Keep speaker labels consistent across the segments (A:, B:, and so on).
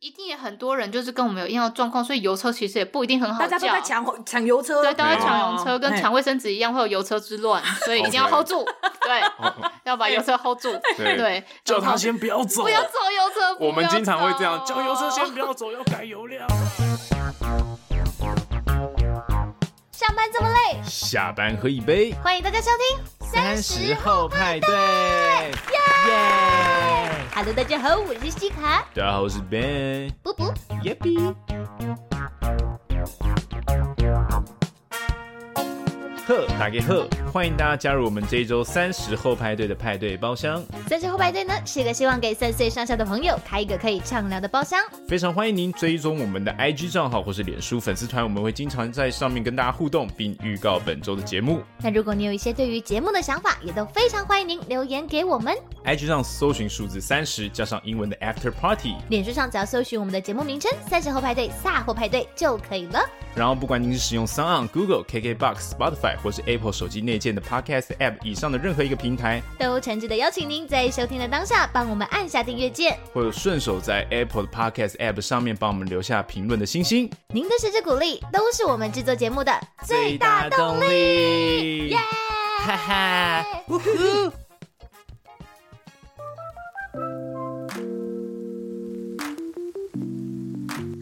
A: 一定也很多人就是跟我们有一样的状况，所以油车其实也不一定很好
B: 大
A: 哦叫。
B: 家都在抢抢油车，
A: 对，都在
C: 对
D: 啊
A: 抢油车，跟
B: 哎
A: 抢卫生纸一样会有油车之乱，所以一定要
C: 啊 OK 哦
A: hold 住，对，要把油车 hold 住，
C: 对
A: 对，
C: 叫
A: 然后
C: 他先不要走，
A: 不要走油车，
C: 我们经常会这样，叫
A: 叫
C: 油车先不要走，要改油量。
E: 上班这么累，
F: 嗯
C: 下班喝一杯，
E: 欢迎大家收听
G: 三十后派对，耶！
E: Hello，大家好，我是西卡，
C: 大家好，我是 Ben。
E: 布布。
G: 耶比，
C: 呵，打给呵，欢迎大家加入我们这一周三十后派对的派对包厢，
E: 三十后派对呢，是个希望给三岁上下的朋友开一个可以畅聊的包厢。
C: 非常欢迎您追踪我们的 IG 账号或是脸书粉丝团，我们会经常在上面跟大家互动，并预告本周的节目。
E: 那如果你有一些对于节目的想法，也都非常欢迎您留言给我们。
C: IG 上搜寻数字三十加上英文的 After Party，
E: 脸书上只要搜寻我们的节目名称“三十后派对”“撒货派对”就可以了。
C: 然后，不管您是使用 s o n Google、KKBox、Spotify 或是 Apple 手机内建的 Podcast App 以上的任何一个平台，
E: 都诚挚的邀请您在收听的当下，帮我们按下订阅键。
C: 或者顺手在 Apple 的 Podcast App 上面帮我们留下评论的星星，
E: 您的支持鼓励都是我们制作节目的最大动力。
C: 力
E: 耶！
G: 哈哈，呜呼！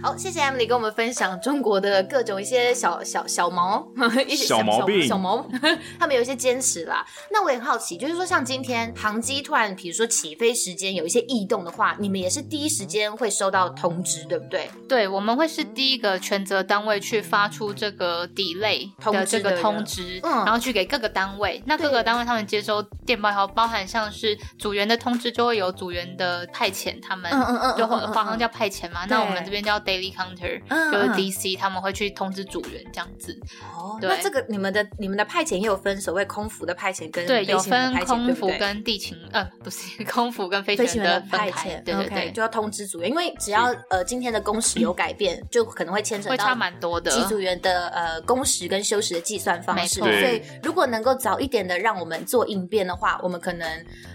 D: 好，谢谢 Emily 跟我们分享中国的各种一些小小小毛， 一些
C: 小毛病
D: 小毛， 他们有一些坚持啦。那我也很好奇，就是说像今天航机突然，比如说起飞时间有一些异动的话，你们也是第一时间会收到通知，对不对？
A: 对，我们会是第一个权责单位去发出这个 delay 的
D: 通
A: 这
D: 知
A: 个
D: 的
A: 通知，
D: 嗯
A: 然后去给各个单位。那各个单位他们接收电报以后，包含像是组员的通知，就会有组员的派遣，他们
D: 嗯嗯嗯
A: 就
D: 嗯嗯嗯
A: 华航叫派遣嘛，
D: 对
A: 那我们这边叫 daily counter，
D: 嗯
A: 就是
D: 嗯
A: DC，他们会去通知组员这样子。
D: 哦，
A: 对
D: 那这个你们的你们的派遣也有分所谓空服的派遣跟
A: 对，
D: 飞
A: 有
D: 行员
A: 分
D: 的派遣
A: 空服
D: 对不对
A: 跟地勤，呃，不是 空服跟飞
D: 飞
A: 行
D: 行
A: 员
D: 员的
A: 分
D: 派
A: 开，
D: 遣，
A: 对对
D: OK，
A: 对，
D: 就要通知组员，因为只要呃今天的工时有改变，就可能会牵扯
A: 会
D: 到
A: 差蛮多的。
D: 机组员的呃工时跟休时的计算方式，
A: 没
D: 所
C: 错
D: 以如果能够早一点的让我们做应变的话，我们可能、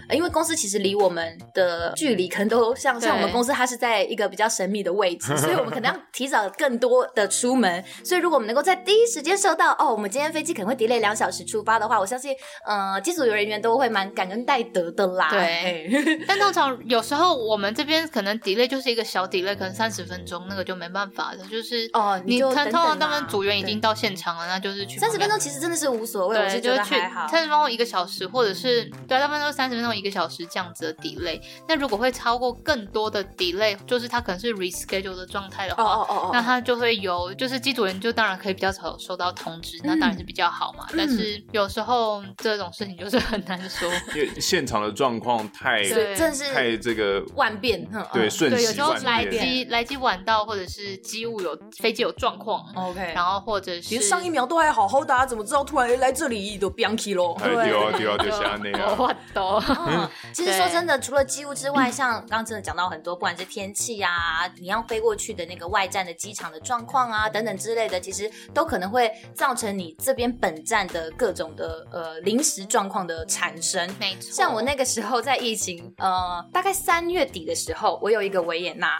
D: 呃因为公司其实离我们的距离可能都像
A: 对
D: 像我们公司它是在一个比较神秘的位置，所以我们可 能要提早更多的出门。所以如果我们能够在第一时间收到哦，我们今天飞机可能会 delay 两小时出发的话，我相信呃机组人员都会蛮感恩戴德的啦。
A: 对
D: 嘿，
A: 但通常有时候我们这边可能 delay 就是一个小 delay，可能三十分钟，那个就没办法的，就是
D: 哦你
A: 你
D: 就
A: 通通
D: 等等
A: 常他们
D: 嘛
A: 组员已
D: 对
A: 经到现场了，那就是去
D: 三十分钟
A: 旁边。
D: 其实真的是无所谓，我
A: 对，
D: 是
A: 就
D: 觉
A: 是
D: 得
A: 去
D: 还好。
A: 三十分钟一个小时，或者是对啊，大部分都是三十分钟一个小时这样子的 delay。那如果会超过更多的 delay，就是它可能是 reschedule 的状态的
D: 哦
A: 话，
D: 哦哦哦，
A: 那它就会有，就是机组人就当然可以比较早收到通知，
D: 嗯
A: 那当然是比较好嘛。但是有时候这种事情就是很难说，
C: 因为现场的状况太
A: 对
D: 对真的是
C: 太这个
D: 万变，哼
C: 对
D: 嗯
C: 瞬
A: 对，有
C: 息
A: 时候
C: 万
A: 来
C: 变，
A: 机来机晚到，或者是机务有飞机有状况，
D: OK，
A: 然后或者
B: 其实
A: 是
C: 嗯
D: 哦
B: 上一秒都还好好的、啊，怎么知道突然来这里都 b i a n k 喽？
C: 哎
D: 对
C: 丢啊丢啊丢下那
A: 我
C: 样，
A: 我懂，
D: 嗯，其实
A: 对
D: 说真的，除了机务之外，像刚刚真的讲到很多，不管是天气啊，你要飞过去的那个外站的机场的状况啊，等等之类的，其实都可能会造成你这边本站的各种的呃临时状况的产生。
A: 没错。
D: 像我那个时候在疫情，呃，大概三月底的时候，我有一个维也纳，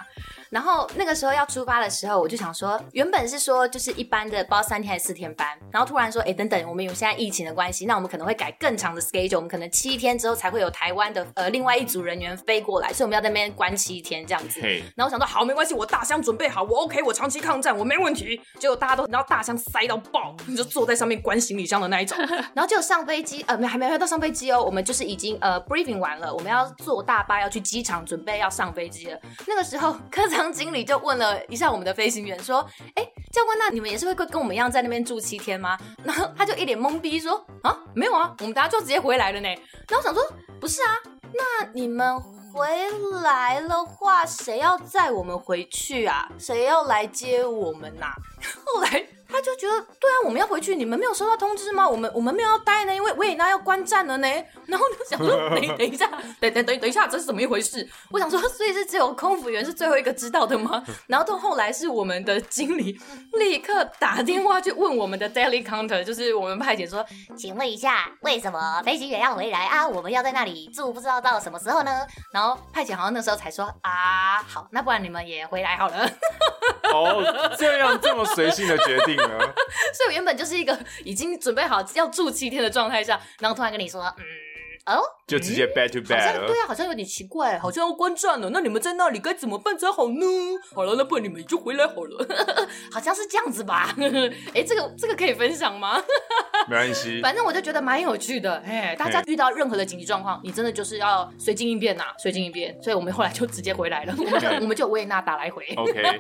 D: 然后那个时候要出发的时候，我就想说，原本是说就是一般的，不知道三天还是四天班，然后突然说，哎，等等，我们有现在疫情的关系，那我们可能会改更长的 schedule，我们可能七天之后才会有台湾的呃另外一组人员飞过来，所以我们要在那边关七天这样子。
C: 嘿，
B: 然后我想说好，没关系，我大箱准备好，我 OK，我长期抗战，我没问题。结果大家都然后大箱塞到爆，你就坐在上面关行李箱的那一种。
D: 然后就上飞机，呃，没还没还没到上飞机哦，我们就是已经呃 briefing 完了，我们要坐大巴要去机场，准备要上飞机了。那个时候，科长经理就问了一下我们的飞行员，说：“哎，教官，那你们也是会跟跟我们一样在那边住七天吗？” 然后他就一脸懵逼说：“啊，没有啊，我们大家就直接回来了呢。”然后我想说：“不是啊，那你们。”回来的 话，谁要载我们回去啊？谁要来接我们呐、后来他就觉得，对啊，我们要回去，你们没有收到通知吗？我们我们没有要待呢，因为维也纳要关站了呢。 然后我就想说， 等等一下，等等等等一下，这是怎么一回事？我想说，所以是只有空服员是最后一个知道的吗？ 然后到后来是我们的经理立刻打电话去问我们的 daily counter，就是我们派遣说，
F: 请问一下，为什么飞行员要回来啊？我们要在那里住，不知道到什么时候呢？
D: 然后派遣好像那时候才说啊，好，那不然你们也回来好了。
C: 哦，这样这么随性的决定呢？
D: 所以我原本就是一个已经准备好要住七天的状态下，然后突然跟你说，嗯，哦，
C: 就直接 back to
D: 好
C: back
D: 像
C: 了
D: 对。啊，好像有点奇怪，好像要关站了。那你们在那里该怎么办才好呢？好了，那不然你们就回来好了， 好像是这样子吧？ 哎，这个这个可以分享吗？
C: 没关系，
D: 反正我就觉得蛮有趣的。哎，大家
C: 嘿
D: 遇到任何的紧急状况，你真的就是要随机应变呐、随机应变。所以我们后来就直接回来了，我们就 我们就维也纳打来回。
C: OK，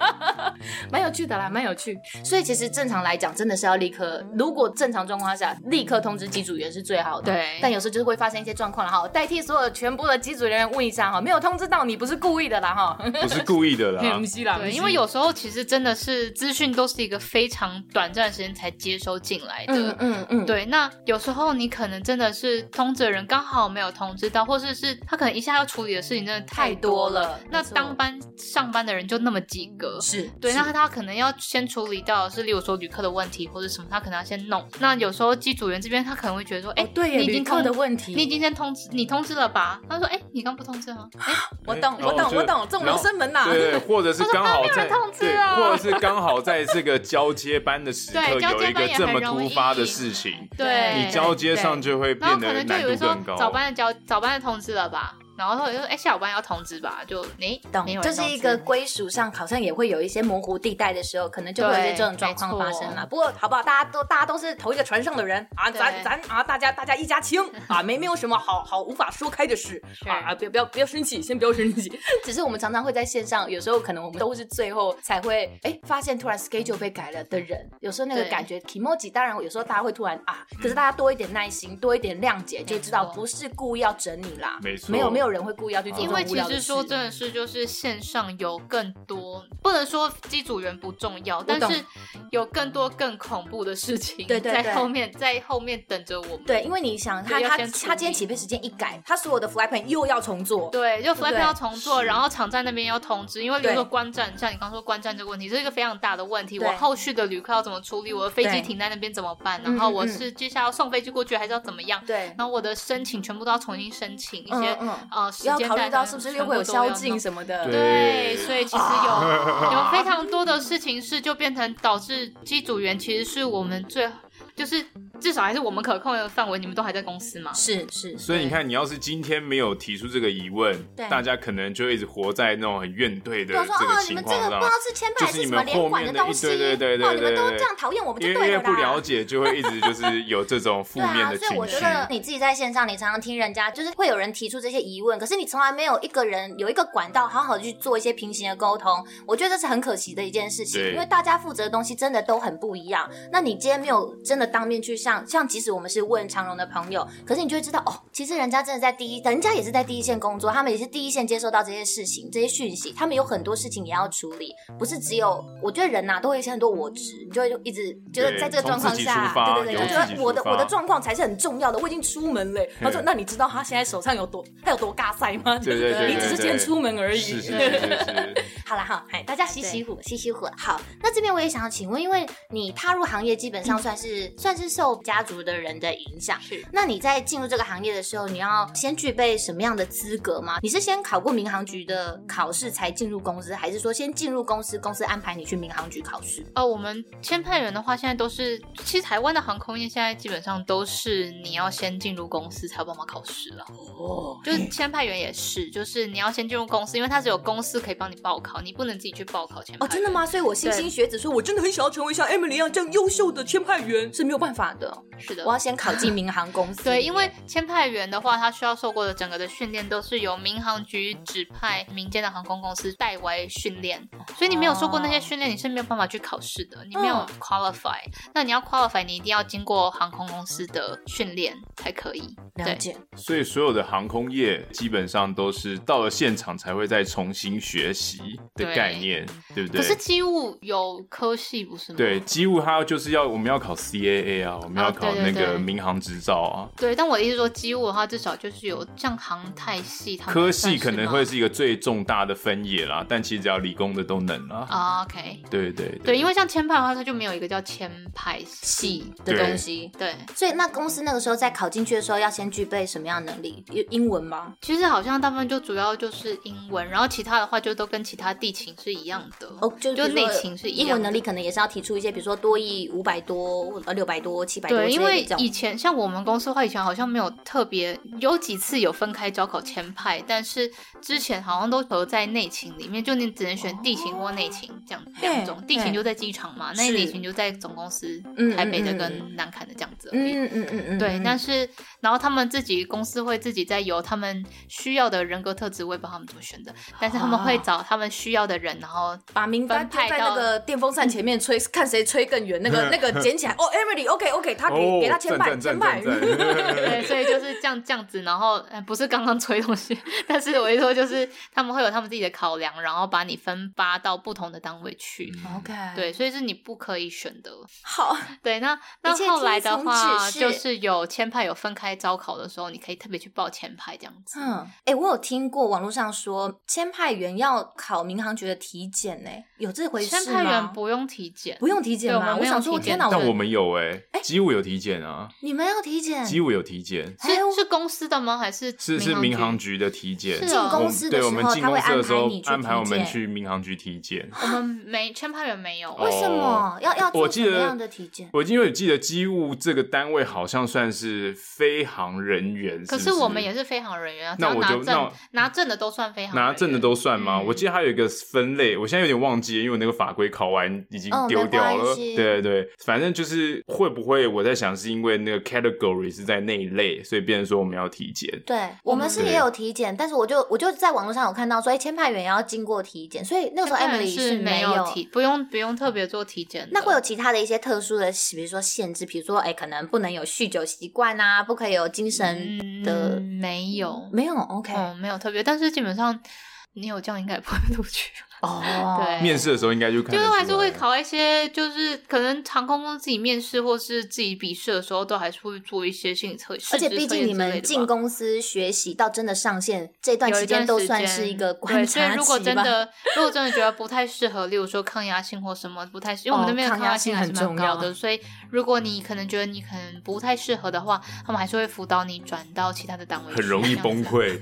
D: 蛮有趣的啦，蛮有趣。所以其实正常来讲，真的是要立刻，如果正常状况下，立刻通知机组员是最好的。
A: 对
D: 但有时候就是会发生一些状况了哈，代替所有全部的机组人员问一下哈，没有通知到你不是故意的 啦哈。
C: 不是故意的啦
D: 不。是啦，
A: 对，因为有时候其实真的是资讯都是一个非常短暂的时间才接收进来的。
D: 嗯嗯嗯，
A: 对，那有时候你可能真的是通知的人刚好没有通知到，或者是他可能一下要处理的事情真的太多
D: 太多了
A: 那
D: 没错
A: 当班上班的人就那么几个，
D: 是，
A: 对，
D: 是
A: 那他可能要先处理到的是，例如说旅客的问题或者什么，他可能要先弄。那有时候机组员这边他可能会觉得说，哎、
D: 哦对耶，
A: 你已
D: 旅
A: 经
D: 客
A: 通
D: 的问题，
A: 你已经先通知，你通知了吧？他说，哎、你刚不通知吗？哎、
D: 我懂
C: 哎
D: 我
C: 然
D: 懂
C: 后就
D: 我懂，这种
C: 然
D: 留
C: 后
D: 生门
A: 啊
D: 呐。
C: 对，或者是刚好在
A: 通知
C: 对，
A: 啊
C: 或者是刚好在这个交接班的时刻
A: 对交
C: 有一
A: 接班
C: 个
A: 也
C: 这
A: 很
C: 么
A: 容
C: 突
A: 易
C: 发的事情，
A: 对，
C: 你交接上就会
A: 然后
C: 变
A: 可
C: 得
A: 能就
C: 难
A: 有
C: 度
A: 人说
C: 更高。
A: 早班的交早班的通知了吧，然后或者说哎下午班要通知吧，就你
D: 懂，就是一个归属上好像也会有一些模糊地带的时候，可能就会有一些
A: 对
D: 这种状况发生
A: 没
D: 了。不过好不好，大家都大家都是同一个船上的人啊，
A: 对
D: 咱咱啊，大家大家一家亲 啊，没没有什么好好无法说开的事啊 啊，不要不要不要生气，先不要生气。 只是我们常常会在线上，有时候可能我们都是最后才会哎发现突然 schedule 被改了的人，有时候那个
A: 对
D: 感觉 e m o j i 当然有时候大家会突然啊，可是大家多一点耐心，多一点谅解，就知道
A: 没错
D: 不是故意要整你啦，
C: 哦没错
D: 没有没有人会故意要去做这
A: 因
D: 种
A: 为
D: 无
A: 其
D: 聊的
A: 实
D: 事。
A: 说真的是，就是线上有更多，不能说机组员不重要，但
D: 懂
A: 是有更多更恐怖的事情
D: 对对对
A: 在后面，在后面等着我们。
D: 对，因为你想他
A: 对要
D: 他
A: 先处理
D: 他今天起飞时间一改，他所有的 fly plan 又要重做。
A: 对，就 f l a
D: 对
A: p 要重做，然后场站那边要通知，因为比如
D: 对
A: 说观战，像你刚说观战这个问题，这是一个非常大的问题。
D: 对
A: 我后续的旅客要怎么处理？我的飞
D: 对
A: 机停在那边怎么办？
D: 嗯
A: 然后
D: 嗯
A: 我
D: 嗯
A: 是接下来要送飞机过去，还是要怎么样？
D: 对，
A: 然后我的申请全部都要重新申请，一
D: 嗯
A: 些、
D: 嗯
A: 呃时
D: 要
A: 间
D: 考虑
A: 带
D: 到
A: 上
D: 是不是
A: 全
D: 又
A: 部
D: 会有
A: 都要
D: 宵禁
A: 弄
D: 什么的。
A: 对，所以其实有、 有非常多的事情是就变成导致机组员其实是我们最就是至少还是我们可控的范围，你们都还在公司嘛？
D: 是是，
C: 所以你看，你要是今天没有提出这个疑问，
D: 对
C: 大家可能就一直活在那种很怨怼的
D: 我说
C: 这个
A: 啊
D: 哦，你
C: 情
D: 们这
C: 况
D: 个不
C: 上
D: 知道。是牵派还
C: 就是
D: 什
C: 你
D: 么
C: 们后
D: 连管
C: 面的
D: 东
C: 一
D: 西，
C: 堆对对对
D: 哦，你们
C: 对
D: 都
C: 对
D: 这样讨厌我们就
C: 因为
D: 对
C: 因
D: 了啦。
C: 为不了解，就会一直就是有这种负
F: 对
C: 面
F: 啊，
C: 的
F: 所以
C: 情
F: 我觉
C: 绪。嗯
F: 得你自己在线上，你常常听人家就是会有人提出这些疑问，可是你从来没有一个人有一个管道好好地去做一些平行的沟通，我觉得这是很可惜的一件事情，
C: 对
F: 因为大家负责的东西真的都很不一样。那你今天没有真的当面去像像，即使我们是问长荣的朋友，可是你就会知道哦，其实人家真的在第一，人家也是在第一线工作，他们也是第一线接收到这些事情、这些讯息，他们有很多事情也要处理，不是只有我觉得人呐、都会有一些很多我执，你就会一直觉得
C: 对
F: 在这个状
C: 从
F: 况
C: 自己
F: 下
C: 出，发
F: 对对对，
C: 由
D: 我
F: 我
C: 自
D: 觉
F: 觉
C: 己
D: 得我
F: 得
D: 的
C: 出发
D: 我的状况才是很重要的，我已经出门嘞。他说：“那你知道他现在手上有多他有多尬塞吗？
C: 对对对对
D: 你只是今天出门而已。
C: 是是是是
F: 好了哈，哎，大家洗洗火，洗洗火。好，那这边我也想要请问，因为你踏入行业基本上算是、算是受家族的人的影响，
A: 是
F: 那你在进入这个行业的时候，你要先具备什么样的资格吗？你是先考过民航局的考试才进入公司，还是说先进入公司，公司安排你去民航局考试？
A: 呃，我们签派员的话，现在都是其实台湾的航空业现在基本上都是你要先进入公司才有办法考试了。
D: 哦，
A: 就是签派员也是，就是你要先进入公司，因为它只有公司可以帮你报考，你不能自己去报考签派
D: 哦，
A: 员
D: 真的？吗？所以我星星学子说，我真的很想要成为像 Emily 一样这样优秀的签派员是没有办法的。
A: 是的
D: 我，要先考进民航公司。
A: 对，因为签派员的话，他需要受过的整个的训练都是由民航局指派民间的航空公司代为训练，
C: 哦
A: 所以你没有受过那些训练，你是没有办法去考试的，你没有
D: 嗯
A: qualify。那你要 qualify，你一定要经过航空公司的训练才可以。
D: 了
A: 对
D: 解
C: 所以所有的航空业基本上都是到了现场才会再重新学习。的
A: 对
C: 概念，对不对？
A: 可是机务有科系不是吗？
C: 对，机务它就是要我们要考 CAA 啊，我们要
A: 哦对
C: 考那
A: 对
C: 个
A: 对
C: 民航执照啊。
A: 对，但我的意思说，机务的话，至少就是有像航太系，他们
C: 科
A: 算
C: 系
A: 是
C: 可能
A: 吗
C: 会是一个最重大的分野啦，但其实只要理工的都能啦。
A: 啊，OK，
C: 对对
A: 对，因为像签派的话，它就没有一个叫签派系，
D: 系的
C: 对
D: 东西，
A: 对，
F: 所以那公司那个时候在考进去的时候，要先具备什么样的能力？英英文吗？
A: 其实好像大部分就主要就是英文，然后其他的话就都跟其他地勤是一样的，
F: 哦，就
A: 就
F: 比如说
A: 内勤是一样
F: 英
A: 的
F: 文能力可能也是要提出一些，比如说多亿五百多、呃六百多、七百多之
A: 对，
F: 类
A: 因
F: 的
A: 为
F: 这种。
A: 以前像我们公司的话，以前好像没有特别有几次有分开招考签派，但是之前好像都合在内勤里面，就你只能选地勤或内勤这样两种。地勤就在机场嘛，那
F: 是
A: 内勤就在总公司
F: 嗯
A: 台北的
F: 嗯嗯
A: 跟南坎的这样子而已。
F: 嗯嗯嗯嗯，
A: 对，
F: 嗯
A: 但是然后他们自己公司会自己在由他们需要的人格特质，我也不知道他们怎么选的，但是他们会
F: 啊
A: 找他们需要的人，然后
D: 把名单
A: 分
D: 丢
A: 派
D: 在那
A: 到
D: 个电风扇前面吹，看谁吹更远。那个 那个捡起来，哦，Emily OK OK，他给
C: 哦
D: 给他前
F: 哦
D: 排前排。
A: 对，所以就是这样这样子，然后呃不是刚刚吹东西，但是我一说就是他们会有他们自己的考量，然后把你分发到不同的单位去。
D: OK，，
C: 嗯
A: 对，所以是你不可以选的。
D: 好，
A: 对，那那
F: 一切
A: 后来的
F: 听从
A: 话，
F: 指示
A: 就是有签派有分开招考的时候，你可以特别去报签派这样子。
D: 嗯，
F: 哎、我有听过网络上说，签派员要考民航局的体检呢、有这回事
A: 签
F: 吗？
A: 派员不用体检，
F: 不用体检
A: 对我
F: 吗？
A: 们
F: 我
A: 没有
F: 想说，
A: 体检
F: 天哪，
C: 但我们有哎、
F: 哎
C: 机务有体检啊，
D: 嗯
F: 你们要体检，
C: 机务有体检，
F: 哎呦
A: 是是公司的吗？还是
C: 是是
A: 民
C: 民
A: 航
C: 航
A: 局？
C: 局的体检。
A: 是哦
F: 进公司的
C: 对，
F: 时候
C: 我们进
F: 他
C: 公
F: 会
C: 司的时候
F: 你去
C: 安排我们
F: 体检
C: 去民航局体检。
A: 我们没签派员没有。
C: 哦
F: 为什么、要要
C: 我
F: 做
C: 记
F: 什
C: 得
F: 么样的体检？
C: 我因为记得机务这个单位好像算是飞行人员，
A: 可
C: 是
A: 是我们也是飞行人员啊，只
C: 那
A: 要
C: 我
A: 拿
C: 就那
A: 证
C: 我
A: 拿证的都算飞行人员。
C: 拿证的都算吗？
A: 嗯
C: 我记得还有一个分类，我现在有点忘记，因为我那个法规考完已经
F: 哦
C: 丢掉
F: 没
C: 了。
F: 关系
C: 对对对，反正就是会不会我在想，是因为那个 category 是在那一类，所以变成说我们要体检。
F: 对
A: 嗯
F: 我们是
C: 对
F: 也有体检，但是我就我就在网络上有看到说，哎、签派员也要经过体检，所以那个时候
A: 当然
F: Emily
A: 是
F: 没
A: 有体，不用不用特别做体检的。
F: 那会有其他的一些特殊的，比如说限制，比如说哎、可能不能有酗酒习惯啊，不可以有精神、的
A: 嗯、没有？
F: 没有，OK，
A: 哦，没有特别，但是基本上你有这样应该也不会录 取。
F: 哦，
A: 对，
C: 面试的时候应该就看
A: 就
C: 得
A: 是
C: 出来
A: 还是会考一些，就是可能航空公司自己面试或是自己笔试的时候，都还是会做一些心理测试
F: 而
A: 之
F: 且
A: 类的吧。
F: 毕竟你们进公司学习到真的上线这段期间，都算是一个观察期
A: 对，所
F: 吧。
A: 以如果真的，如果真的觉得不太适合，例如说抗压性或什么不太适，因为我们那边的
D: 哦
A: 抗压性还是
D: 抗压性
A: 蛮
D: 很
A: 高
D: 重
A: 的，
D: 要嗯
A: 所以如果你可能觉得你可能不太适合的话，他们还是会辅导你转到其他的单位去，
C: 很容易
A: 这样子
C: 崩。溃。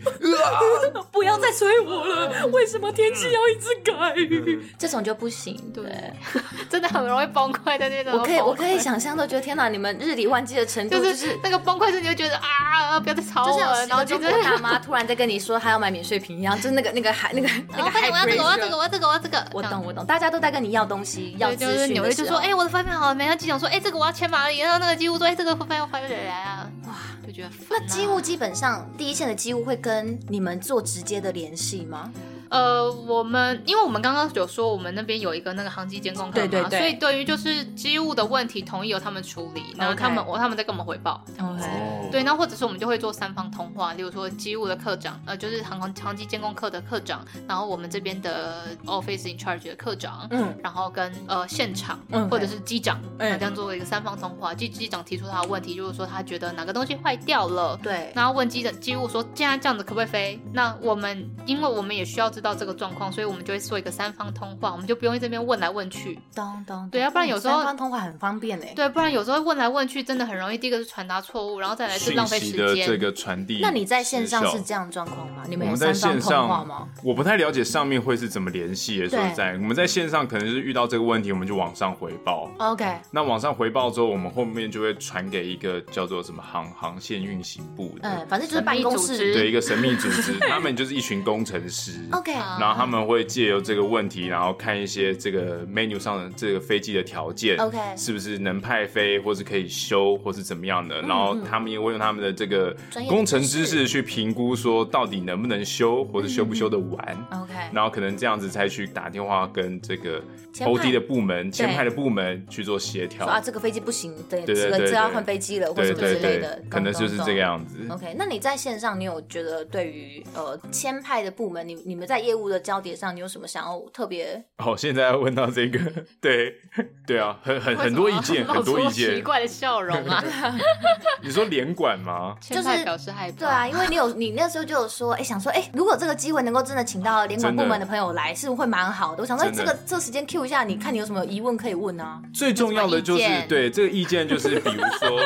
D: 不要再催我了，为什么天气要一直改？
F: 这种就不行。
A: 对，真的很容易崩溃的那种。
D: 我可以，我可以想象都觉得天哪，你们日理万机的程度
A: 就
D: 就是是。
A: 那个崩溃是你就觉得啊，不要再吵
D: 就
A: 我
D: 像有
A: 了，
D: 十
A: 然后
D: 个
A: 就
D: 中
A: 真
D: 国
A: 的
D: 大妈突然在跟你说她要买免税品一样，就是那个那个还那
F: 哦
D: 个那个
A: 老板我要这个，我要这个，
D: high pressure
A: 我要这个，我要这个。
D: 我
A: 这样
D: 懂我懂，大家都在跟你要东西要
A: 对，就
D: 资
A: 是
D: 讯
A: 纽
D: 的
A: 约就
D: 时
A: 说，
D: 候，
A: 哎、我的发票好了没？那机长说，哎、这个我要签哪里？然后那个机务说，哎、这个发票发票来啊？哇，就觉得烦、啊。
F: 那机务基本上第一线的机务会跟你们做直接的联系吗？
A: 呃，我们因为我们刚刚有说我们那边有一个那个航机监控科嘛，
D: 对对对
A: 所以对于就是机务的问题，统一由他们处理，然后他们
D: OK
A: 我他们再跟我们汇报。
C: 哦，
A: 对，那或者是我们就会做三方通话，例如说机务的科长，呃，就是航空航机监控课的科长，然后我们这边的 office in charge 的科长，
D: 嗯，
A: 然后跟呃现场，
D: 嗯
A: 或者是机长，
D: 嗯
A: 那这样做一个三方通话，机机长提出他的问题，就是说他觉得哪个东西坏掉了。
F: 对，
A: 然后问机的机务说，现在这样子可不可以飞？那我们因为我们也需要知道这个状况，所以我们就会做一个三方通话，我们就不用这边问来问去。
F: 咚咚。
A: 对要不然有时候
D: 三方通话很方
F: 欸
D: 便哎。
A: 对，不然有时候问来问去真的很容易，第一个是传达错误，然后再来是
C: 讯
A: 浪费时
C: 息的
A: 间。
C: 这个传递，
F: 那你在线上是这样的状况吗？你
C: 我
F: 们有
C: 们在
F: 三
C: 线
F: 方通话
C: 上
F: 吗？，
C: 我不太了解上面会是怎么联系的。说实在，我们在线上可能是遇到这个问题，我们就往上回报。
D: OK，
C: 那往上回报之后，我们后面就会传给一个叫做什么航航线运行部的，
F: 嗯，反正就是办公
A: 神秘组织
F: 室。
C: 对一个神秘组织，他们就是一群工程师。
F: OK，
A: 啊
C: 然后他们会借由这个问题，然后看一些这个 menu 上的这个飞机的条件
F: OK
C: 是不是能派飞，或是可以修，或是怎么样的。然后他们也会用他们的这个
F: 嗯专业
C: 工程知
F: 知识
C: 识去评估，说到底能不能修，或者修不修得
F: 嗯
C: 完。
D: OK，
C: 然后可能这样子才去打电话跟这个
F: 签派
C: OD 的部门、前派的部门去做协调
F: 说。啊，这个飞机不行，对，
C: 对对
F: 这个
C: 对
F: 这
C: 对
F: 要换飞机了，或
C: 对
F: 什么
C: 对
F: 之类
C: 对
F: 的，，
C: 可能就是这个
F: 样。
C: 样子。
F: OK，那你在线上，你有觉得对于呃签派的部门，你你们在在业务的交叠上，你有什么想要特别？
C: 哦，现在要问到这个，对对啊，很很很多意见，很多意
A: 奇
C: 见。
A: 怪的笑容 啊！
C: 你说连管吗？
A: 千派表示害怕，
F: 对啊，，因为你有你那时候就有说，哎、想说，哎、如果这个机会能够真的请到联管部门的朋友来，是会蛮好的。我想说，哎这
C: 真的
F: 个这个时间 Q 一下，你看你有什么疑问可以问啊？
C: 最重要的就是
A: 有什么意见
C: 对这个意见，就是比如 说，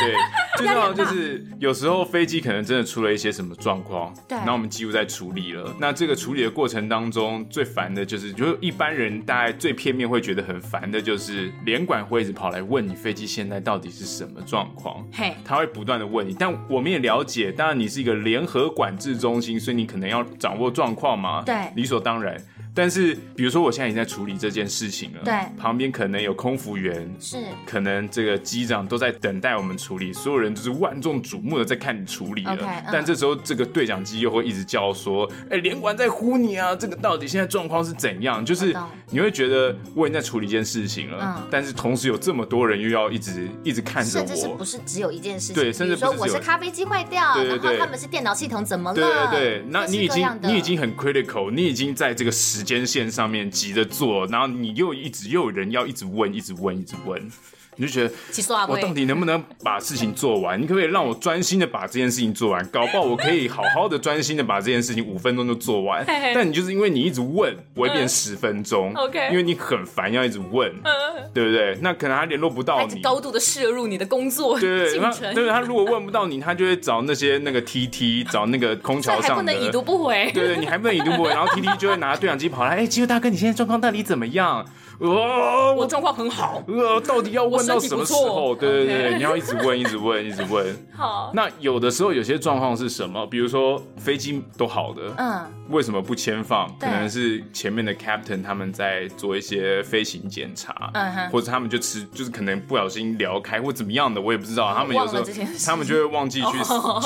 C: 对，最重要的就是有时候飞机可能真的出了一些什么状况，
F: 对
C: 那我们几乎在处理了。那这个处理的过程当中，最烦的就是，就是一般人大概最片面会觉得很烦的，就是连管会一直跑来问你飞机现在到底是什么状况，
B: 嘿，
C: 他会不断的问你，但我们也了解，当然你是一个联合管制中心，所以你可能要掌握状况嘛，
F: 对
C: 理所当然。但是，比如说我现在已经在处理这件事情了，
F: 对
C: 旁边可能有空服员，
F: 是
C: 可能这个机长都在等待我们处理，所有人就是万众瞩目的在看你处理了。
F: OK，嗯
C: 但这时候这个对讲机又会一直叫说：“哎、连管在呼你啊，这个到底现在状况是怎样？”就是
F: 懂
C: 你会觉得我已经在处理一件事情了，
F: 嗯
C: 但是同时有这么多人又要一直一直看着
F: 甚至是
C: 我
F: 不。是只有一件事情？
C: 对甚至
F: 比如说
C: 不
F: 我
C: 是只有
F: 是咖啡机坏掉，
C: 对对对
F: 然后他们是电脑系统怎么了？
C: 对对对，那
F: 各式
C: 你已
F: 各
C: 经
F: 样的
C: 你已经很 critical，你已经在这个时间线上面急着做，然后你又一直又有人要一直问，一直问，一直问，你就觉得
B: 起诉阿
C: 我
B: 威
C: 到，底能不能把事情做完？你可不可以让我专心的把这件事情做完？搞不好我可以好好的专心的把这件事情五分钟就做完。
B: 嘿
C: 但你就是因为你一直问，我会变十分 钟。
B: OK
C: 因为你很烦，要一直问，
B: 嗯
C: 对不对？那可能他联络不到
B: 还
C: 你。
B: 高度的摄入你的工作
C: 对对，
B: 进
C: 那
B: 程，
C: 对他如果问不到你，他就会找那些那个 TT，找那个空
B: 这
C: 桥
B: 还不
C: 上的。
B: 能已读不回。
C: 对对，你还不能已读不回，然后 T T 就会拿对讲机跑来，哎、肌肉大哥，你现在状况到底怎么样？哦，
B: 我状况很好，
C: 呃，到底要问到什么时候？
B: 我身体不错
C: 对对对
B: OK
C: 你要一直问，一直问，一直问。
B: 好，
C: 那有的时候有些状况是什么？比如说飞机都好的，
F: 嗯，
C: 为什么不签放？可
F: 对
C: 能是前面的 captain 他们在做一些飞行检查，
F: 嗯哼
C: 或者他们就吃，就是可能不小心聊开或怎么样的，我也不知道。他们有时
B: 忘
C: 候
B: 了这件事
C: 他们就会忘记 去、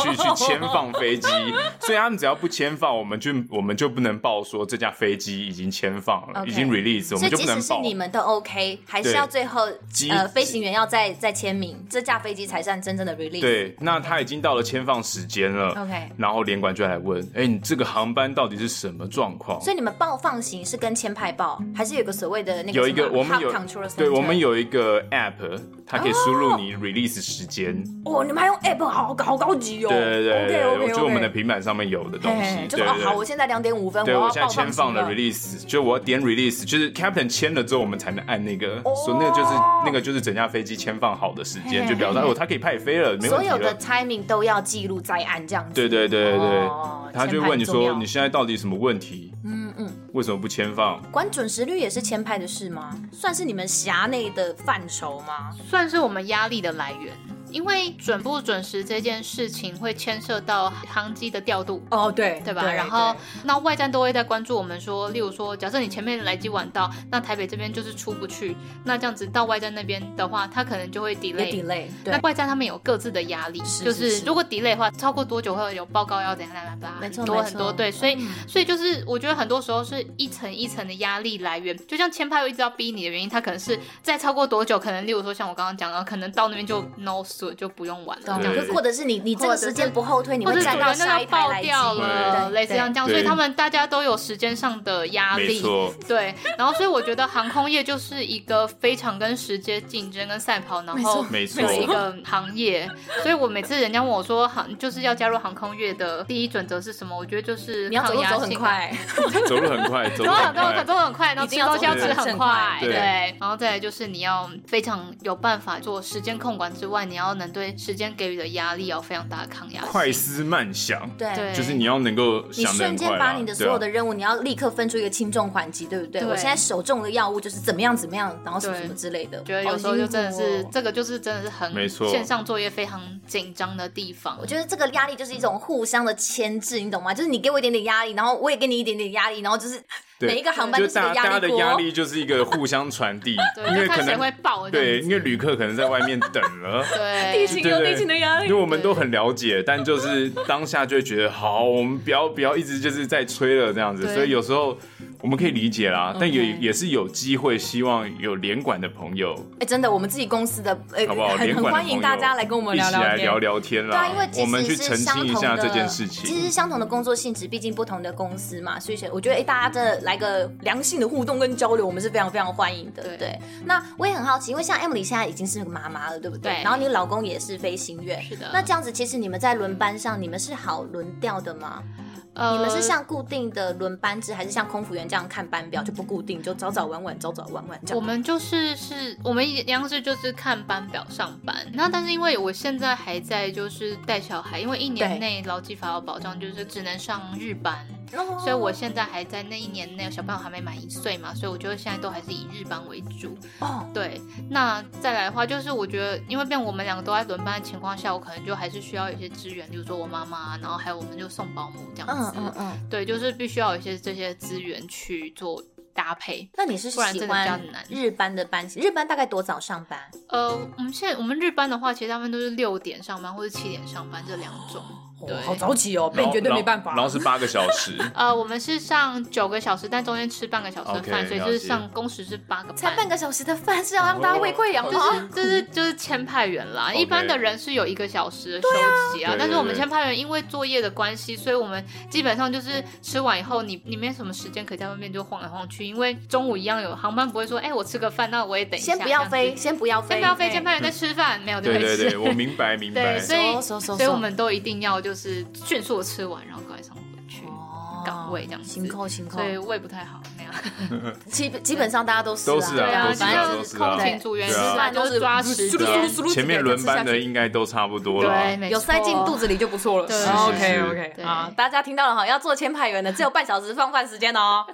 C: 去去签放飞机，所以他们只要不签放，我们就我们就不能报说这架飞机已经签放了
F: OK
C: 已经 release，我
F: 所
C: 们
F: 以
C: 就不
F: 即
C: 能
F: 使是
C: 报。
F: 你们都 OK，还是
C: 对
F: 要最后
C: 机
F: 呃飞行员要再再签名，这架飞机才算真正的 release。
C: 对，那他已经到了签放时间了
F: OK
C: 然后连管就来问，哎、你这个航班到底是什么状况？
F: 所以你们报放型是跟签派报，还是有个所谓哎的那个
C: 有一个
F: 什么
C: 我们
F: hub
C: 有
F: control，
C: 对
F: center？
C: 我们有一个 app，它可以输
F: 哦
C: 入你 release 时间。
B: 哦，你们还用 app，好好高级哦。
C: 嗯对对对对
B: OK
C: 我
B: OK
C: 觉得我们的
B: OK。
C: 平板上面有的东西
F: 嘿，
C: 对
F: 就是哦，好，
C: 对
F: 我现在两点五分，
C: 对，
F: 要
C: 我
F: 报
C: 现在签放
F: 放
C: 了
F: 了
C: release，就我点 release，就是 captain 签了之后，我们才能按那个，
F: 哦
C: 所以那个就是那个就是整架飞机签放好的时间，就表示哦，它可以派飞了，没问
F: 所
C: 题
F: 有的
C: 了。
F: timing 都要记录在案，这样子。
C: 对对对对对
F: 哦，
C: 他就
F: 签派
C: 问你
F: 很重
C: 说
F: 要
C: 你现在到底什么问题？
F: 嗯嗯，
C: 为什么不签放？
F: 管准时率也是签派的事吗？算是你们辖内的范畴吗？
A: 算是我们压力的来源。因为准不准时这件事情会牵涉到航机的调度，
B: 哦，对
A: 对吧？然后那外站都会在关注我们说，例如说，假设你前面来机晚到，那台北这边就是出不去，那这样子到外站那边的话，它可能就会
B: 也
A: delay。
B: delay，
A: 那
B: 对，
A: 外站他们有各自的压力，
B: 是
A: 就是是
B: 是
A: 如果 delay 的话，超过多久会有报告要怎样啦啦啦，
F: 没错嗯
A: 很多
F: 没
A: 很多
F: 错
A: 对，所以、所以就是我觉得很多时候是一层一层的压力来源，就像签派会一直要逼你的原因，他可能是在超过多久，可能例如说像我刚刚讲的，可能到那边就
F: 嗯
A: no suit 就不用玩了，
F: 懂
A: 这样
C: 对
A: 子
F: 或或者是你你这个时间不后退，你
A: 或者
F: 会
A: 主
F: 赶到
A: 人都
F: 下
A: 要
F: 一排
A: 爆
F: 来机。
A: 掉了，
F: 对
A: 类似像这样，所以
C: 对
A: 他们大家都有时间上的压
C: 没
A: 力。
C: 错，
A: 对，然后所以我觉得航空业就是一个非常跟时间竞争、跟赛跑，然后
C: 没错
A: 的一
B: 哦
A: 个行业。所以我每次人家问我说航就是要加入航空业的第一准则是什么，我觉得就是
B: 你要走路
A: 抗压
B: 走很
A: 性啊
B: 快，
C: 走路很快，
F: 啊
C: 走路
A: 走很
C: 很
A: 快，
C: 快。
A: 走很快，然后
B: 一
A: 吃
B: 定要
A: 东西要
C: 走
A: 吃
C: 得
A: 很
B: 很
A: 快
B: 快，
C: 对
A: 对。然后再来就是你要非常有办法做时间控管之外，你要能对时间给予的压力要非常大的抗压性。
C: 快思慢想，
F: 对
A: 对
C: 就是你要能够
F: 哎你
C: 想得很
F: 瞬间
C: 快
F: 把
C: 啦
F: 你的所有的
C: 对啊
F: 任务，你要立刻分出一个轻重缓急，对不对？
A: 对
F: 我现在手中的药物就是怎么样怎么样，然后什么
A: 对
F: 什么之类的。哦
A: 觉得有时候就真的是、这个，就是真的是很
C: 没错
A: 线上作业非常紧张的地方。，
F: 我觉得这个压力就是一种互相的牵制，你懂吗？就是你给我一点点压力，然后我也给你一点点压力，然后就是
C: 对
F: 每一个航班
C: 就
F: 都
C: 是
F: 是
C: 大
F: 个
C: 家大家
F: 压
C: 的
F: 力
C: 压
F: 锅。
C: 力就是一个互相传 递
A: 对，
C: 因为
A: 就
C: 可
A: 看谁会
C: 能
A: 爆这
C: 对，
A: 样子。
C: 因为旅客可能在外面等 了。
B: 地
A: 对
B: 勤
C: 对
B: 有
C: 对
B: 地勤的压
C: 因
B: 力
C: 为。我们都很了解，但就是当下就会觉得好，我们不要不要一直就是在催了这样子，
A: 对
C: 所以有时候我们可以理解啦，但
F: 嗯
C: 也也是有机会，希望有连管的朋友，
D: 哎，真的，我们自己公司的，哎，
C: 好不好？
D: 很
C: 连
D: 很
C: 管的
D: 欢
C: 朋友
D: 迎大家来跟我们聊
C: 一起来
D: 聊
C: 聊
D: 天。
C: 聊天啦。
F: 对啊，因为即使
C: 我们去
F: 是
C: 澄
F: 相
C: 清一
F: 同
C: 下
F: 的，
C: 这件事
F: 其实
C: 情
F: 是。相同的工作性质，毕竟不同的公司嘛，所以
D: 我觉得，哎，大家真的来个良性的互动跟交流，我们是非常非常欢迎的。
A: 对
D: 对，
F: 那我也很好奇，因为像 Emily 现在已经是个妈妈了，对不对？
A: 对
F: 然后你老公也是飞行员，
A: 是的
F: 那这样子，其实你们在轮班上，你们是好轮调的吗？
A: 呃，
F: 你们是像固定的轮班制，还是像空服员这样看班表就不固定，就早早晚晚，早早晚晚这
A: 我
F: 样？
A: 们就是是我们一样是就是看班表上班，那但是因为我现在还在就是带小孩，因为一
D: 对哦
A: 年内劳基法有保障，就是只能上日班，哦所以我现在还在那一年内小朋友还没满一岁嘛，所以我觉得现在都还是以日班为主。
D: 哦，
A: 对，那再来的话，就是我觉得，因为变我们两个都在轮班的情况下，我可能就还是需要有一些支援，比如说我妈妈，然后还有我们就送保姆这样
D: 嗯
A: 子。
D: 嗯嗯，
A: 对，就是必须要有一些这些资源去做搭配。
F: 那你是
A: 不然
F: 喜
A: 真的比较
F: 欢
A: 难
F: 日班的班型？日班大概多早上班？
A: 呃，我们现在我们日班的话，其实他们都是六点上班或者七点上班这两种。对
B: 哦，好早起哦，
C: 然
B: 被
C: 后
B: 绝对没办法。
C: 然后是八个小时，
A: 呃，我们是上九个小时，但中间吃半个小时的饭
C: OK，
A: 所以就是
C: 了解
A: 上工时是八个半。
D: 才半个小时的饭是要让大家胃溃疡
A: 就
D: 吗？
A: 是就是就是签派员啦
C: OK
A: 一般的人是有一个小时的休息啊
C: 对啊，
A: 但是我们
C: 对对对
A: 签派员因为作业的关系，所以我们基本上就是吃完以后，你你没什么时间可以在外面就晃来晃去，因为中午一样有航班不会说，哎、我吃个饭，那我也等一下，
F: 先不要飞，
A: 这样子
F: 先不要
A: 先
F: 飞，
A: 不要飞，签派员在吃饭，没有这
C: 对
A: 回
C: 对
A: 事。
C: 对，我明白明白
A: 对，。所以
D: 收收收
A: 所以我们都一定要就是迅速地吃完，然后赶快上回去岗位这
F: 哦
A: 样子，
D: 辛苦辛苦
A: 所。以胃不太好那样。
D: 基基本上大家都是
C: 都是
A: 对啊，
C: 都是
A: 就
C: 啊
A: 像
C: 都是啊
A: 空勤组员
C: 对
A: 吃
C: 啊
A: 饭都是抓时
B: 对
A: 间
B: 啊，对
C: 前面轮班的应该都差不多了啊。
A: 对，没
D: 有塞进
A: 错
D: 肚子里就不错了。
A: 对
C: 是
F: 哦
C: 是
B: OK
A: 对
B: OK 啊，
D: 大家听到了哈，要做签派员的只有半小时放饭时间 哦，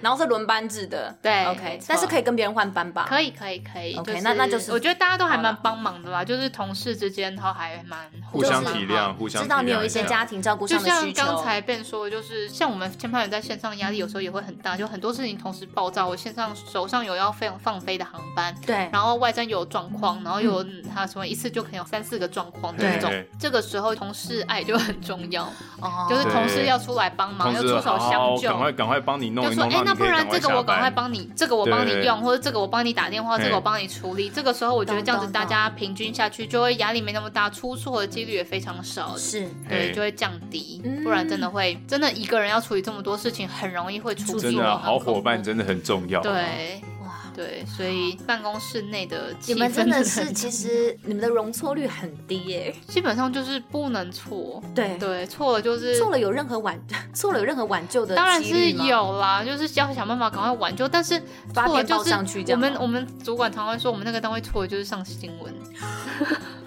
D: 然后是轮班制的，
A: 对
D: ，OK，
A: 没错
D: 但是可以跟别人换班吧？
A: 可以，可以，可以。
D: OK，
A: 就
D: 那那就是
A: 我觉得大家都还蛮
D: 好
A: 帮忙的啦，就是同事之间都还蛮
C: 互相体谅，互相
F: 知道你
C: 体谅
F: 有一些
C: 下
F: 家庭照顾
A: 就
F: 上的
A: 像
F: 需求。
A: 刚才Ben 说，的，就是像我们前派人在线上压力有时候也会很大，就很多事情同时爆炸。我线上手上有要飞放飞的航班，
D: 对，
A: 然后外站有状况，然后有
F: 嗯
A: 他什么一次就可能有三四个状况的
D: 对
A: 那种
C: 对。
A: 这个时候同事爱就很重要，
D: 哦
A: 就是同
C: 对
A: 事要出来帮忙，
C: 同
A: 要
C: 事
A: 出手
C: 好
A: 相救
C: 赶。快赶快帮你弄
A: 就
C: 一
A: 说，
C: 弄，
A: 哎、
C: 让
A: 那
C: 你
A: 不
C: 可以
A: 然这个我赶快
C: 下班
A: 帮你，这个我帮你
C: 对
A: 用，或者这个我帮你打电话，
C: 嘿
A: 这个我帮你处理。这个时候我觉得
F: 懂
A: 这样子
F: 懂
A: 大家平均下去，就会压力没那么大，出错的几率也非常少，
F: 是
A: 对，
C: 嘿
A: 就会降低。
F: 嗯
A: 不然真的会，真的一个人要处理这么多事情，很容易会出
C: 真
A: 错
C: 的啊
A: 很
C: 好
A: 恐
C: 伙伴
A: 怖
C: 真的很重要。，
A: 对，对，所以办公室内的气
F: 你们
A: 氛
F: 真的
A: 很
F: 是，其实你们的容错率很低耶、
A: 基本上就是不能错，
F: 对
A: 对，错了就是
F: 错了有任何挽， 错了有任何挽救的
A: 当然
F: 几率
A: 是
F: 吗，
A: 有啦，就是要想办法赶快挽救。但是
D: 发
A: 错
D: 片
A: 就
D: 报上去
A: 是
D: 这
A: 我
D: 样
A: 们
F: 哦
D: 吗
A: 我们主管常会说，我们那个单位错的就是上新闻，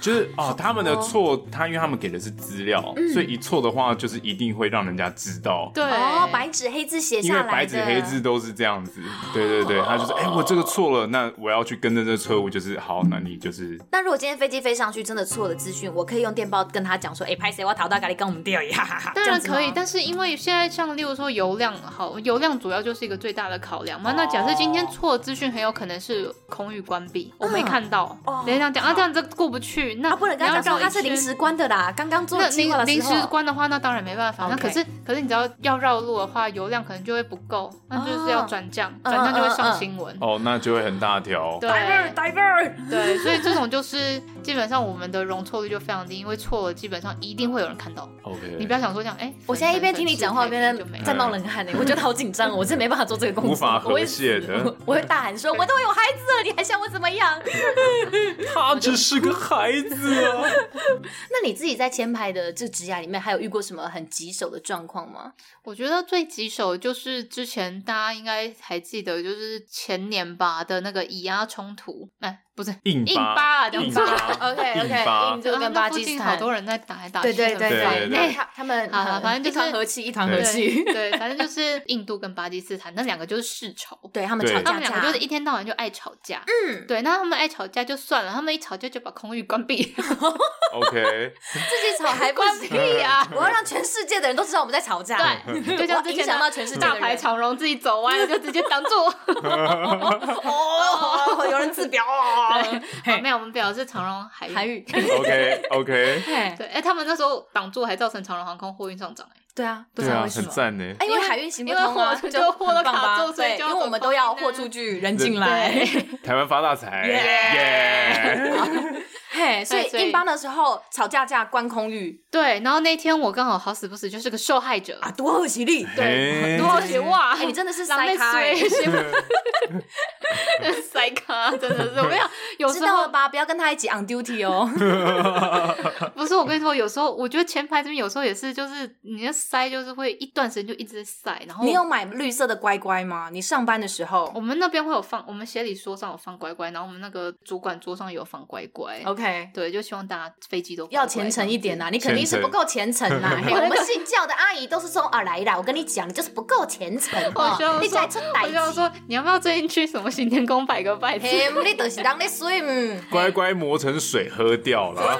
C: 就是哦，他们的错，他因为他们给的是资料，所以一错的话，就是一定会让人家知道。
A: 对，
F: 哦，白纸黑字写
C: 因为
F: 下来的，
C: 白纸黑字都是这样子，对对对，他就是哎、我这个错了，那我要去跟着这错误，就是好，那你就是
F: 那如果今天飞机飞上去真的错了资讯，我可以用电报跟他讲说，哎、拍谁我逃到咖喱跟我们掉一下，哈哈
A: 当然可以，
F: 但
A: 但是因为现在像例如说油量好，油量主要就是一个最大的考量嘛。那假设今
F: 哦
A: 天错的资讯很有可能是空域关闭，我
F: 嗯
A: 没看到，人家这样讲啊，这样这过不去，那
F: 哦啊他不能跟
A: 你
F: 他
A: 要
F: 讲
A: 绕
F: 说
A: 一
F: 他是临
A: 圈
F: 时关的啦，刚刚做
A: 那
F: 计
A: 临
F: 划的
A: 临
F: 时
A: 时
F: 候。
A: 关的话，那当然没办法。那
F: OK
A: 可是可是你只要要绕路的话，油量可能就会不够，那就是要转降，
F: 嗯
A: 转降就会
F: 嗯
A: 上
F: 嗯
A: 新闻。
C: 哦，那就会很大条。
A: 对
B: Diver，Diver，
A: 对，所以这种就是基本上我们的容错率就非常低，因为错了基本上一定会有人看到。
C: OK，
A: 你不要想说这样，哎，
F: 我现在一边听你讲话，一
A: 别人就
F: 边
A: 没
F: 在
A: 了
F: 在冒冷汗呢、 我觉得好紧张哦，我真的没办法做这个工作，
C: 无法
F: 我
C: 和
F: 会
C: 谐的，
F: 我会大喊说，我都有孩子了，你还想我怎么样？
C: 他只是个孩子啊。
F: 那你自己在签牌的这职涯里面，还有遇过什么很棘手的状况吗？
A: 我觉得最棘手就是之前大家应该还记得，就是前年吧的那个以压冲突，哎，不是
C: 硬
A: 硬啊
C: 巴
A: 巴，讲
C: 硬
A: 错了。
C: 巴
F: OK，OK，
C: 硬巴
F: 印度
A: 对，
D: 啊
F: 跟
A: 那
F: 巴
A: 附
F: 基斯
A: 近
F: 坦
A: 好多人在打来打去
F: 对
A: 很烦，
F: 对对
C: 对对
F: 对，他他们呃
A: 好好啊反正就是
F: 一团和气，一团
C: 对
F: 和气，
A: 对，反正就是印度跟巴基斯坦那两个就是世仇，
F: 对他们
C: 对
F: 吵
A: 他
F: 架
A: 们两
F: 架
A: 个就是一天到晚就爱吵架。嗯，对，那他们爱吵架就算了，他们一吵架就把空域关 闭，
C: ，OK，
F: 自己吵还不
A: 关闭啊！
F: 我要让全世界的人都知道我们在吵架。
A: 对，就像之
F: 我影
A: 前
F: 响到全世界的
A: 大
F: 人
A: 牌长荣自己走歪了，就直接挡住我。
F: 哦，有人自
B: 字表啊！
A: 好没有，我们表的是长荣海
D: 韩
A: 运。
D: 语。
C: OK OK，
D: 嘿，
A: 嗯对，哎、他们那时候挡住还造成长荣航空货运上涨、哎
D: 对啊， 不知
C: 对
D: 道
C: 啊，
D: 为什
C: 很
D: 么。
C: 赞呢。
D: 哎因为海运行不通啊，
A: 因为货
D: 就
A: 就货都
D: 很棒吧
A: 卡住所以
D: 对
A: 就要
D: 因为我们都要货出 去，人进来。
C: 台湾发大财，耶！
D: 嘿，所以
A: 对所以
D: 印邦的时候吵架架关空域
A: 对，然后那天我刚好好死不死就是个受害者，
D: 啊，多恶心
C: 哎
D: 力。
A: 对，
C: 嘿
A: 多好写哇！
D: 哎，你真的是
A: 狼
D: 塞
A: 狈
D: 咖欸，
A: 衰， 塞咖，真的是我 跟你讲，有
D: 知
A: 时
D: 道
A: 候
D: 了吧？不要跟他一起 on duty 哦。
A: 不是我跟你说，有时候我觉得前排这边有时候也是，就是你的塞就是会一段时间就一直塞，然后
D: 你有买绿色的乖乖吗？你上班的时候
A: 我们那边会有放，我们协理桌上有放乖乖，然后我们那个主管桌上也有放乖乖。
D: ，OK，
A: 对，就希望大家飞机都乖乖
D: 哦要虔诚一点呐，啊你肯定是
C: 虔
D: 不
C: 诚
D: 够虔诚 呐。嘿
F: 哎我们信教的阿姨都是说啊，来啦，我跟你讲，你就是不够虔诚
A: 我
F: 哦
A: 就要，
F: 你才出
A: 说，
F: 歹
A: 我就要
F: 机。
A: 说，你要不要最近去什么行天宫摆个拜子？
F: 嘿，你就是让你水嗯。
C: 乖乖磨成水喝掉 了，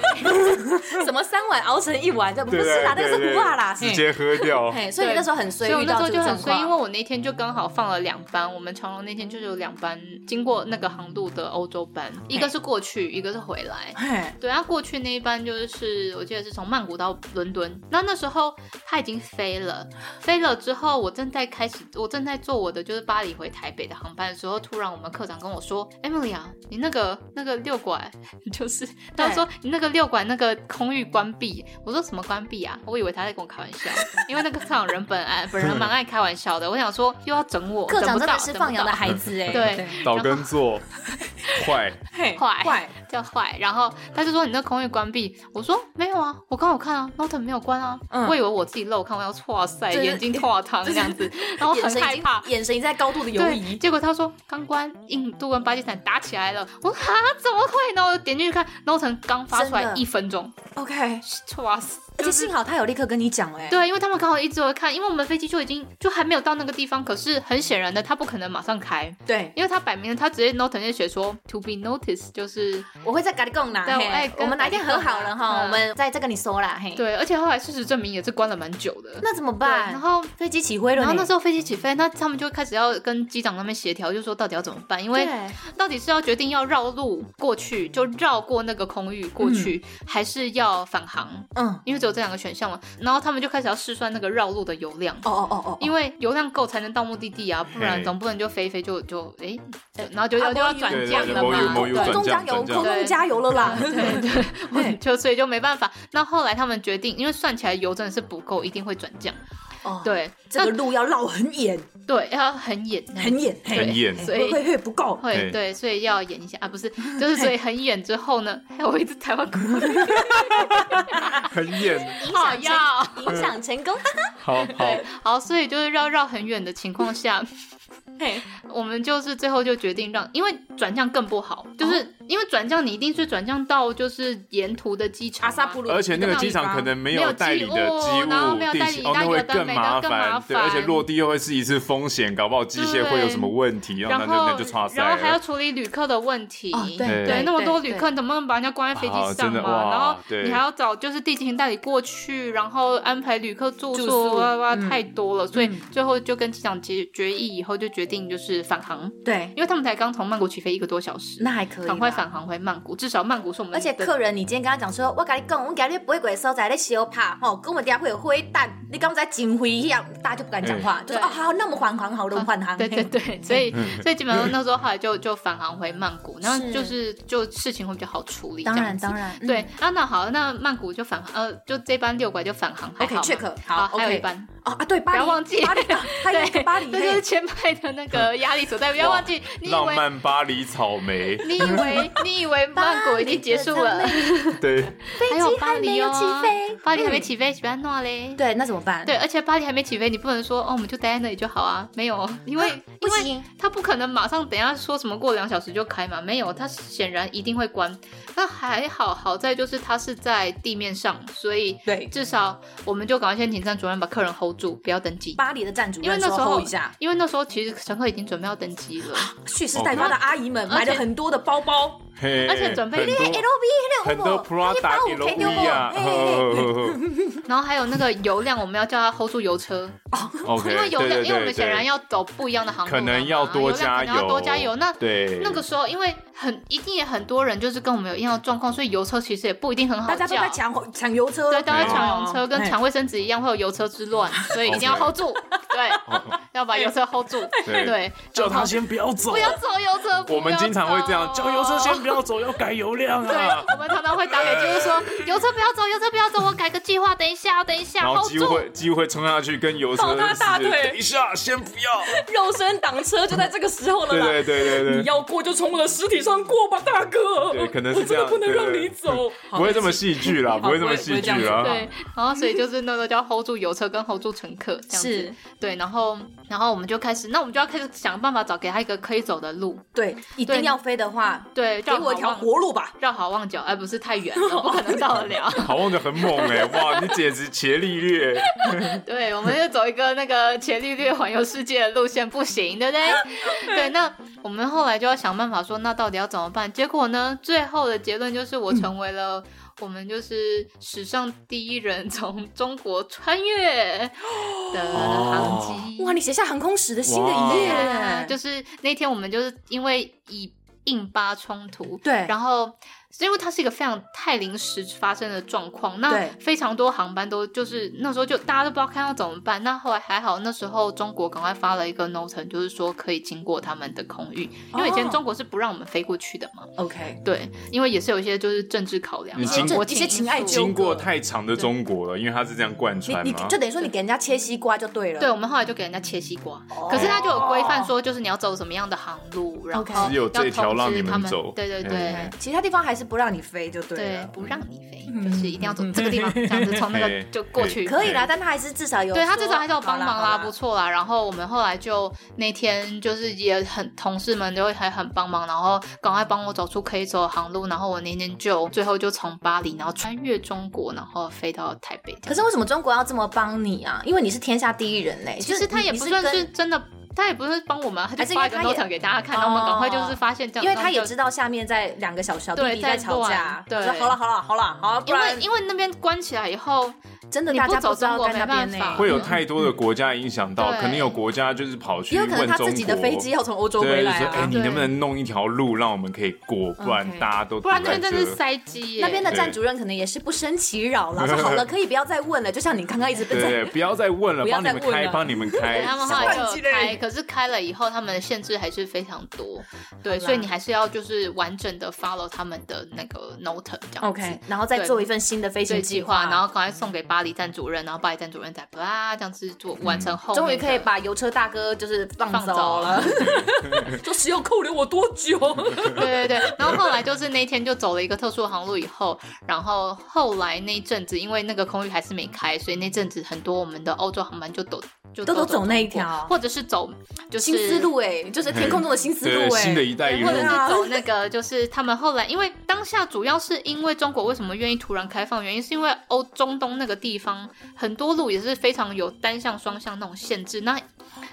D: 什么三碗熬成一碗，这不
C: 对
D: 是啦，那
C: 对
D: 个是
C: 对
D: 胡话啦，
C: 直
D: 嘿
C: 接喝掉。
D: 嘿，所以你那时候很
A: 所
D: 衰，
A: 以我
D: 遇
A: 那时
D: 到
A: 候
D: 这
A: 就
D: 个
A: 很
D: 状
A: 衰，因为
D: 况。
A: 我那天就刚好放了两班，我们长隆那天就有两班经过那个航路的欧洲班，一个是过去，一个是回来。
D: 嘿，
A: 对，他过去那一班就是我记得是从曼谷到伦敦，那那时候他已经飞了，飞了之后我正在开始，我正在坐我的就是巴黎回台北的航班的时候，突然我们科长跟我说，Emily 啊，你那个那个六拐 就是，他说你那个六拐那个空域关闭，我说什么关闭啊？我以为他在跟我开玩笑，因为那个科长人本爱本人蛮爱开玩笑的，我想说又要整我，
D: 课
A: 整
D: 长
A: 不
D: 真
A: 到
D: 的是放羊的
A: 整
D: 孩子哎，
A: 对，
C: 倒跟 做，坏，
D: 嘿，
A: 坏
D: 坏，
A: 不到叫坏，然后他就说你那空域关闭，我说没有啊，我刚好看啊，Note 没有关啊，
D: 嗯
A: 我以为我自己漏看，我要哇塞，
D: 就是
A: 眼睛脱汤这样子，然后
B: 哦
D: 眼
A: 很
D: 神
A: 害
D: 已经
A: 怕。
D: 眼神已经在高度的游
A: 对，
D: 移。
A: 结果他说刚关印度跟巴基斯坦打起来了，我说哈怎么会呢？我点进去看，Note 刚发出
D: 真
A: 来
D: 的
A: 一分钟，啊
D: OK，
A: 哇塞！
D: 而且幸好他有立刻跟你讲哎，
A: 对，因为他们刚好一直有看，因为我们飞机就已经就还没有到那个地方，可是很显然的，他不可能马上开，
D: 对，
A: 因为他摆明了他直接 Note 就写说 to be noticed，就是
D: 我会再跟你讲啦。
A: 对
D: 嘿
A: 我爱跟
D: 我们哪一天和好了哈，
A: 嗯
D: 我们再再跟你说啦。嘿，，
A: 对，而且后来事实证明也是关了蛮久的。
D: 那怎么
A: 对，
D: 办？
A: 然后
D: 飞机起飞了呢，
A: 然后那时候飞机起飞，那他们就开始要跟机长那边协调，就说到底要怎么办，因为
D: 对
A: 到底是要决定要绕路过去，就绕过那个空域过去，还是要返航？
D: 嗯，
A: 因为只有这两个选项嘛。然后他们就开始要试算那个绕路的油量。
D: 哦哦哦哦，
A: 因为油量够才能到目的地啊，不然
C: 嘿
A: 总不能就飞一飞就就哎，就然后就
B: 啊
D: 啊
A: 要就要转
C: 对
A: 降
C: 对对，
A: 了
C: 某有
A: 嘛，
C: 某有
D: 空
C: 转
D: 中加
C: 降
D: 油，
C: 转
D: 空
C: 降，
A: 对
D: 中加油了 啦。
A: 对
D: 对
A: 对， 就所以就没办法。那后来他们决定，因为算起来油真的是不够，一定会转降。
D: 哦，
A: 对，
D: 这个路要绕很远，
A: 那对要很演，
B: 嗯
D: 很远，嘿
C: 很演，
A: 所
D: 会
A: 以
D: 会会不够。
A: 会
C: 对
A: 对，所以要演一下啊， 不是，就是所以很演之后呢， 还有一只台湾国语
C: 很演，
A: 好要
D: 影响成功，
C: 好好
A: 对，好，所以就是绕绕很远的情况下，
D: 嘿，
A: 我们就是最后就决定让，因为转降更不好，就是
D: 哦
A: 因为转降你一定是转降到就是沿途的机场啊
D: 阿
A: 嘛
D: 萨布鲁，
C: 而且那个机场可能没有代理的机
A: 没有机务哦然后
C: 务
A: 没有代
C: 地
A: 理
C: 形，
A: 那
C: 哦，那
A: 有
C: 会
A: 的没的
C: 麻
A: 更麻
C: 烦，对，
A: 烦
C: 而且落地又会是一次风险，搞不好机械会有什么问题，然后
A: 然
C: 那就
A: 后
C: 那就差赛
A: 然后还要
C: 了。
A: 处理旅客的问题。
D: 哦，对
A: 对，那么多旅
D: 对
A: 客，你怎么能把人家关在飞
C: 啊
A: 机上
C: 真的
A: 嘛？
C: 哇
A: 然后
C: 对
A: 你还要找就是地勤代理过去，然后安排旅客住
D: 住
A: 宿，
D: 宿
A: 哇哇
D: 嗯
A: 太多了，所以最后就跟机长决决议以后就决定就是返航，
D: 对，
A: 因为他们才刚从曼谷起飞一个多小时，
D: 那还可以啦，
A: 赶快返航回曼谷，至少曼谷是我们
F: 而且
A: 的
F: 客人，你今天跟他讲说，我跟你讲，我今日不会鬼收在咧小怕吼，跟我们家会有灰弹，你刚才警徽一样，大家就不敢讲话，就说
A: 对
F: 哦好，那我们缓航好了，我们缓航。
A: 哎对对
F: 嘿，
A: 对，所以
C: 嗯
A: 所以基本上那时候后来就就返航回曼谷，然后就是就事情会比较好处理。
F: 当
A: 这样
F: 然
A: 子
F: 当然，嗯
A: 对，啊那好，那曼谷就返航，呃，就这班六拐就返航，还好
F: OK
A: 吗
F: check
A: 好，
F: 嗯好
A: 还有一
F: OK
A: 班，
F: 哦啊对，巴
A: 不
F: 黎
A: 要忘记
F: 巴黎，啊还有一个
A: 对，
F: 巴黎，
A: 这就是
F: 嘿
A: 前排的那个压力所在。不要忘记，你以
C: 浪
A: 为
C: 漫巴黎草莓，
A: 你以为你以为曼谷已经结束了，
C: 对，
A: 还有巴黎哦，
F: 飞嗯机还没有起飞
A: 巴黎还没起飞，喜欢诺嘞。
D: 对，那怎么办？
A: 对，而且巴黎还没起飞，你不能说哦，我们就待在那里就好啊，没有，因为
F: 不
A: 因为
F: 行，
A: 他不可能马上等一下说什么过两小时就开嘛，没有，他显然一定会关。那还好，好在就是他是在地面上，所以
D: 对
A: 至少我们就赶快先请站主任把客人 hold 住，不要登机。
D: 巴黎的站主
A: 因为
D: 任
A: 那时
D: 候
A: 候
D: 一下，，
A: 因为那时候其实乘客已经准备要登机了，哦
D: 蓄势待发的阿姨们买了很多的包包，
C: 嘿
A: 而且准备
C: 很多
F: LV
C: 很多 Prada、
F: 我
C: e l
F: 可以丢
C: v
F: 我
C: 啊
F: 嘿
A: 然后还有那个油量，我们要叫它 hold 住油车，
C: ，OK，
A: 因为油
C: 对
A: 量，
C: 对
A: 因为我们
C: 对
A: 显然
C: 对，
A: 要走不一样的航路
C: 可
A: 了嘛，
C: 能要多加
A: 油量可能要多加油。那
C: 对
A: 那个时候，因为很一定也很多人就是跟我们有一样的状况，所以油车其实也不一定很好
B: 大
A: 叫。
B: 家都在抢抢油车，
A: 对，大家抢油车，
B: 哦
A: 跟抢卫生纸一样，会有油车之 乱，所以一定要
C: OK
A: hold 住，对，要把油车 hold 住，
C: 哦对
A: 对，
G: 叫他先不要走
A: 不。要走油车，
C: 我们经常会这样
A: 不
G: 叫
A: 要
G: 油
A: 走
G: 车先不要走，要改油量
A: 对
G: 啊，！
A: 我们常常会打给就是说，油车不要走，油车不要走，我改个计划，等一下，哦等一下
C: 然后
A: ，hold
C: 几乎
A: 住。
C: 会啊几乎会冲下去跟油车
B: 抱他大
C: 司机
B: 腿
C: 等一下，先不要。
B: 肉身挡车就在这个时候了
C: 对
B: 啦。
C: 对对对
B: 你
C: 对。
B: 要过就从我的尸体上过吧，大哥。
C: 对可能是
B: 我真
C: 这
B: 的
C: 样
B: 不能让
C: 对
B: 你走。好
C: 不会这么戏剧啦，
B: 好
C: 不会这
B: 不
C: 么
B: 会不
C: 戏
B: 会这样
C: 剧
B: 子
C: 啦。
A: 对，然后所以就是那个叫 hold 住油车跟 hold 住乘客这样子
D: 是，
A: 对，然后然后我们就开始，那我们就要开始想办法找给他一个可以走的路，
B: 对，
D: 一定要飞的话，
A: 对，
B: 给
A: 绕
B: 我一条
A: 好望
B: 活路吧。
A: 绕好望角，哎，不是太远了，不可能到得了。
C: 好望角很猛哎、哇，你简直伽利略！
A: 对，我们就走一个那个伽利略环游世界的路线，不行，对不 对？对，那我们后来就要想办法说，那到底要怎么办？结果呢，最后的结论就是我成为了。我们就是史上第一人从中国穿越的航机，
D: 哦哇，你写下航空史的新的
C: 哇
D: 一页
A: 啊
D: 耶，
A: 就是那天我们就是因为以印巴冲突，
D: 对
A: 然后因为它是一个非常太临时发生的状况，那
D: 对
A: 非常多航班都就是那时候就大家都不知道看要怎么办。那后来还好，那时候中国赶快发了一个 note，就是说可以经过他们的空域，因为以前
D: 哦
A: 中国是不让我们飞过去的嘛。
D: OK，
A: 对，因为也是有一些就是政治考量啊，
C: 你经
A: 国
D: 一些情爱
A: 因素
D: 纠葛
C: 经过太长的中国了，因为它是这样贯
D: 你
C: 穿
D: 你
C: 嘛
D: 就。等于说你给人家切西瓜就对了。
A: 对，我们后来就给人家切西瓜，
D: 哦
A: 可是他就有规范说，就是你要走什么样的航路，然
D: OK
A: 后
C: 只有这
A: 要
C: 条
A: 通
C: 让
A: 知
C: 你们
A: 他们
C: 走
A: 对对对
C: 哎
D: 其他地方还是不让你飞就对啊
A: 对
D: 了，。
A: 不让你飞，就是一定要走这个地方，这样子从那个
C: 哎
A: 就过去。
D: 可以啦
C: 对，
D: 但他还是至少有说。
A: 对他至少还是有帮忙
D: 好啦
A: 啦，不。错啦。然后我们后来就那天就是也很同事们就还很帮忙，然后赶快帮我找出可以走的航路。然后我那天就最后就从巴黎，然后穿越中国，然后飞到台北。
D: 可是为什么中国要这么帮你啊？因为你是天下第一人嘞。
A: 其实他也不算
D: 就是你
A: 是
D: 你
A: 真的，他也不是帮我们，他
D: 还
A: 就是
D: 因
A: 发
D: 为
A: 一个
D: 他
A: n
D: 也
A: o t 给大家看，然后我们赶快就是发现这样，
D: 跟，哦因为
A: 然后
D: 他也
A: 就
D: 知道下面在两个小小弟
A: 对
D: 弟
A: 在
D: 吵
A: 乱
D: 架，
A: 对
D: 就说好了好了好了好，不
A: 因为
D: 然
A: 因为那边关起来以后，
D: 真的
A: 你
D: 大
A: 不
D: 家
A: 走
D: 知道
A: 中国
D: 该那
A: 没办
D: 边呢
A: 法。
C: 会有太多的国家影响到，
A: 对
C: 可能有国家就是跑去
D: 也有
C: 问
D: 可
C: 中
D: 能
C: 国，
D: 他自己的飞机要从欧洲回
C: 对，就
D: 来
C: 说哎，
D: 啊。
C: 你能不能弄一条路让我们可以过，不然
D: OK
C: 大家都
A: 不然那边
C: 堵在
A: 真
C: 这
A: 的是塞机耶。
D: 那边的站主任可能也是不生其扰了，说好 了，可以不要再问了。就像你刚刚一直 被在
C: 对，不要再问了，
D: 不要
C: 帮你
D: 再
C: 们
D: 问
C: 开，
D: 了
C: 帮你们开
A: 对，他们后来就
B: 忘记
A: 有
B: 嘞
A: 开，可是开了以后，他们的限制还是非常多，对，所以你还是要就是完整的 follow 他们的那个 note 这样子。
D: OK，然 后再
A: 对
D: 做一份新的飞
A: 所以
D: 行
A: 计
D: 计
A: 划，
D: 划，
A: 然后赶快送给巴黎站主任，然后巴黎站主任再吧，这样子做完成后面
D: 嗯终
A: 的，
D: 于可以把油车大哥就是放
A: 放
D: 走
A: 走
D: 了。
C: 嗯
B: 就是要扣留我多久？
A: 对对对，然后后来就是那一天就走了一个特殊航路以后，然后后来那一阵子，因为那个空域还是没开，所以那阵子很多我们的欧洲航班就都就
D: 都
A: 走
D: 走那一条
A: 或者是走就是
D: 新思路哎，就是天空中的新思
C: 对
D: 路哎。
C: 新的一带
A: 对
C: 一路
A: 或者是走那个，就是他们后来，因为当下主要是因为中国为什么愿意突然开放，原因是因为欧中东那个地方很多路也是非常有单向双向那种限制，那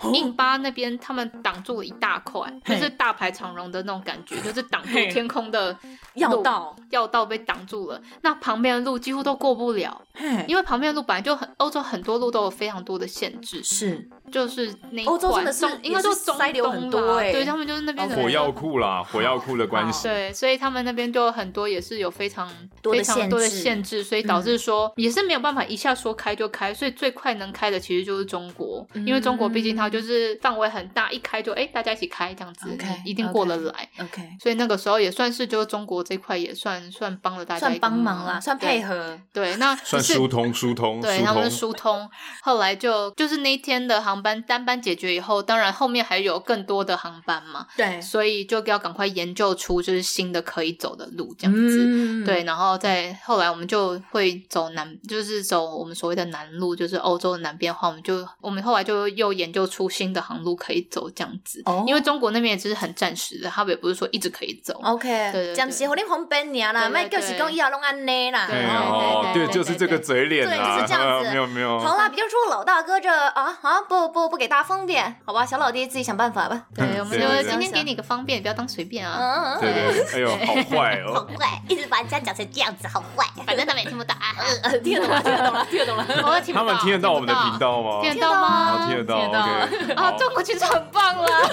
D: 哦
A: 印巴那边他们挡住了一大块，就是大排长龙的那种感觉，就是挡住
B: 嘿
A: 天空的
D: 要
A: 路
D: 到，
A: 要道被挡住了，那旁边的路几乎都过不了，因为旁边的路本来就很欧洲很多路都有非常多的限制，
D: 是
A: 就是那一
D: 欧洲
A: 块
D: 真的是
A: 中应该说
D: 也是
A: 中
D: 塞流
A: 东
D: 很
A: 啦
D: 多欸
A: 对他们就是那边的
C: 火药库啦，火药库的关系。
A: 对，所以他们那边就有很多也是有非常
D: 多的
A: 非常多的
D: 限制
A: 限制，所以导致说也是没有办法一下说开就开，所以最快能开的其实就是中国，因为中国毕竟它就是范围很大，一开就哎大家一起开这样子
D: 嗯 OK，
A: 一定过得来。
D: OK，
A: 所以那个时候也算是就是中国这块也算算帮了大家一
D: 算
A: 个
D: 帮忙啦，算配
A: 合。
D: 合。
A: 对，那
C: 算
A: 只是
C: 疏通，疏通，
A: 对
C: 疏
A: 他们
C: 通，
A: 疏通，后来就就是那一天的航班单班解决以后，当然后面还有更多的航班嘛，
D: 对，
A: 所以就要赶快研究出就是新的可以走的路这样子。
D: 嗯
A: 对，然后再后来我们就会走南，就是走我们所谓的南路，就是欧洲的南边的话，我们就我们后来就又研究出出新的航路可以走这样子。
D: 哦
A: 因为中国那边也只是很暂时的，他们也不是说一直可以走。
D: 哦
A: 对对
D: OK，
A: 对
D: 暂时互你旁边尔啦，
A: 对对
D: 莫就是讲以后拢安尼啦。
A: 对
C: 哎
A: 啊
C: 哦，
A: 对对
C: 对，
A: 对
C: 就是这个嘴脸啦，
D: 对就是这样子
C: 没有没有，
D: 好啦，别说老大哥这啊啊不不不给大家方便，好吧，小老弟自己想办法吧。
A: 对，我们
C: 对对
A: 就
C: 对
A: 今天给你个方便，不要当随便啊。
D: 嗯，
C: 对对，对哎呦，好坏
H: 好
C: 哦，
H: 坏，一直把人家讲成这样子，好坏。
A: 反正他们也听不到啊，
D: 呃听得懂了，听得懂了，听得懂了。
C: 嗯
A: 我哦听不
C: 他们听得到我们的频，道吗？
A: 听得到吗？
C: 哦听得到，OK，
A: 啊，
C: 好
A: 中国其实很棒啦。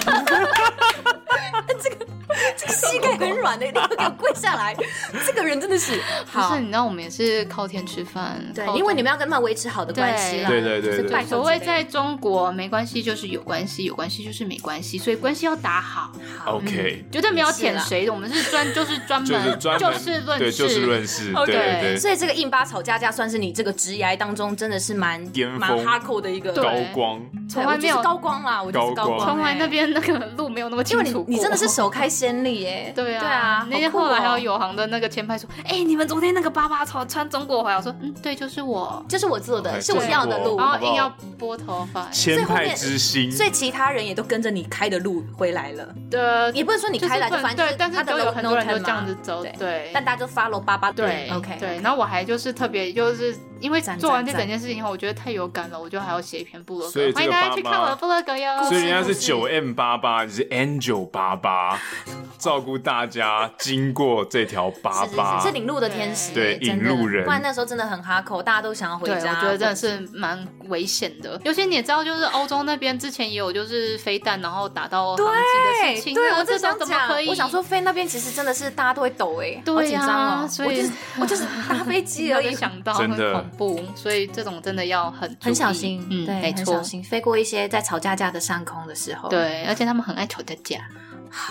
D: 膝盖很软的，你给我跪下来。 这个人真的是
A: 不
D: 好
A: 是，，你知道我们也是靠天吃饭，
D: 对
A: 靠，
D: 因为你们要跟他们维持好的关系啦。
C: 对对对
D: 就是
C: 对
D: 拜
A: 所
D: 托
A: 谓
D: 之
A: 在
D: 类
A: 中国，没关系就是有关系，有关系就是没关系，所以关系要打好，
C: ，OK，
A: 绝对没有舔谁的。我们是专就是专
C: 啊就
A: 门
C: 是专
A: 就
C: 门
A: 事论
C: 对
A: 事，
C: 就事论事，对
A: OK
C: 对
D: 的，
C: 对，
D: 所以这个印巴吵架架算是你这个职涯当中真的是蛮
C: 巅
I: 蛮
C: 峰
I: 哈扣的一个
A: 对
C: 高光，
A: 从来没
D: 我就
A: 有
D: 是高光啦，我就是
C: 高
D: 高
C: 光
D: 光，
A: 从来那边那个路没有那么
D: 因
A: 清
D: 为
A: 楚
D: 你你真的是
A: 过
D: 首开先例耶。
A: 对啊，
D: 对啊，
A: 那天
D: 好酷哦
A: 后来还有友航的那个前排说：“哎、你们昨天那个爸爸穿穿中国回来。”我说：“嗯，对，就是我。
D: 这是我做的，
C: OK，
D: 是我要的
C: 中
D: 路
C: 国
A: 然。
C: 好
A: 后
C: 不好
A: 硬要拨头发，
C: 千派之星，
D: 所以其他人也都跟着你开的路回来了，
A: 对，
D: 也不能说你
A: 就是
D: 开了就
A: 不能
D: 反正
A: 对，但是
D: 他的
A: 都有很
D: no
A: 多人
D: turn
A: 就
D: 嘛
A: 这样子走，
D: 对
A: 对，
D: 但大家就 follow 八八
A: 对
D: ，OK，
A: 对。然后我还就是特别就是因为
D: 赞
A: 做完这
D: 赞
A: 整件事情后，我觉得太有感了，我就还要写一篇部落
C: 所以
A: 格，
C: 这个
A: 欢迎大家去
C: 爸妈
A: 看我的部落格哟。
C: 所以人家是九 M 八八，你是 Angel 八八， 照顾大家经过这条八
D: 是
C: 八
D: 是是，是领路的天使，
C: 对
D: 真的
C: 引路人
D: 不然那时候真的很哈口，大家都想要回
A: 对，
D: 家。
A: 我觉得真的是蛮危险的。尤其你也知道，就是欧洲那边之前也有就是飞弹，然后打到航机的事
D: 对，
A: 情，
D: 对
A: 那
D: 我
A: 这种
D: 正想
A: 怎么
D: 讲
A: 可以？，
D: 我想说飞那边其实真的是大家都会抖哎，好
A: 对
D: 紧
A: 呀
D: 张哦。
A: 所以
D: 我就是我就是搭飞机而
A: 有
D: 已，
A: 想到
C: 真
A: 很
C: 的
A: 恐怖，所以这种真的要很注
D: 很
A: 意
D: 小心，
A: 嗯，
D: 对，
A: 没
D: 很
A: 错
D: 小，心，飞过一些在吵架架的上空的时候。，
A: 对，而且他们很爱吵架架，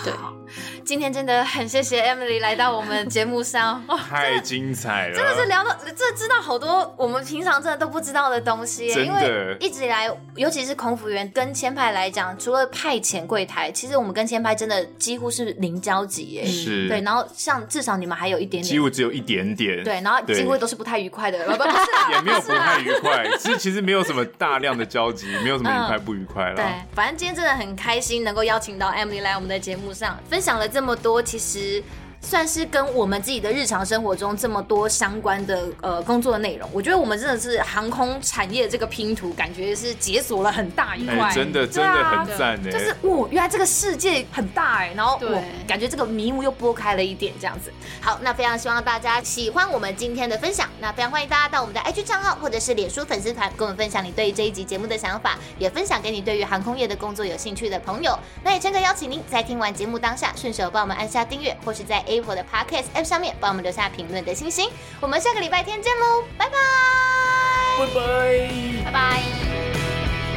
A: 对，
D: 今天真的很谢谢 Emily 来到我们节目 上，哦，
C: 太精彩了，
D: 真的是聊到这知道好多我们平常真的都不知道的东西耶，
C: 真
D: 因
C: 的
D: 为一直以来，尤其是空服员跟签派来讲，除了派遣柜台，其实我们跟签派真的几乎是零交集耶。
C: 是
D: 对，然后像至少你们还有一点
C: 几
D: 点。
C: 乎只有一点点，
D: 对，然后
C: 对
D: 几乎都是不太愉快的，不不是啊啦，
C: 也没有不太愉快，是其实没有什么大量的交集，没有什么愉快不愉快
D: 嗯对
C: 啦。，
D: 反正今天真的很开心，能够邀请到 Emily 来我们的节目上，分享了这么多，其实。算是跟我们自己的日常生活中这么多相关的呃工作的内容，我觉得我们真的是航空产业这个拼图，感觉是解锁了很大一块、
C: 哎，真的真的很赞哎，
D: 啊就是
H: 哦
D: 哇，原来这个世界很大
H: 欸
D: 哎、然后
A: 对
D: 我感觉这个迷雾又拨开了一点这样子。
H: 好，那非常希望大家喜欢我们今天的分享，那非常欢迎大家到我们的 IG 账号或者是脸书粉丝团，跟我们分享你对于这一集节目的想法，也分享给你对于航空业的工作有兴趣的朋友。那也诚恳邀请您在听完节目当下，顺手帮我们按下订阅，或是在 Apple 的 Podcast App 上面帮我们留下评论的星星。我们下个礼拜天见喽，拜拜，
G: 拜拜。
H: 拜拜。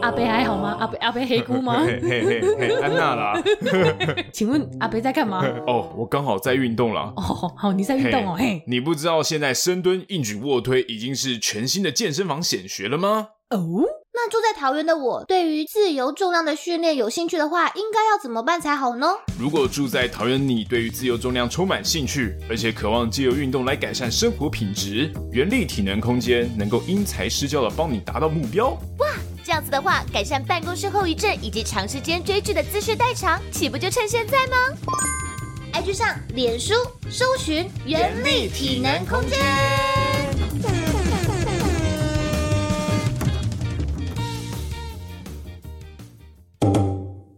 J: 阿北还好吗？阿北阿北黑姑
D: 嗯
J: 吗？
C: 嘿嘿嘿嘿，安娜啦，
J: 请问阿北在干嘛？
C: 哦，我刚好在运动啦。
J: 哦，好，你在运动哦，嘿，
C: 你不知道现在深蹲、硬举、卧推已经是全新的健身房显学了吗？
J: 哦，
H: 那住在桃园的我，对于自由重量的训练有兴趣的话，应该要怎么办才好呢？
C: 如果住在桃园，你对于自由重量充满兴趣，而且渴望借由运动来改善生活品质，原力体能空间能够因材施教的帮你达到目标。
H: 这样子的话，改善办公室后遗症以及长时间追剧的姿势代偿，岂不就趁现在吗？IG 上、脸书搜寻“原力体能空间”。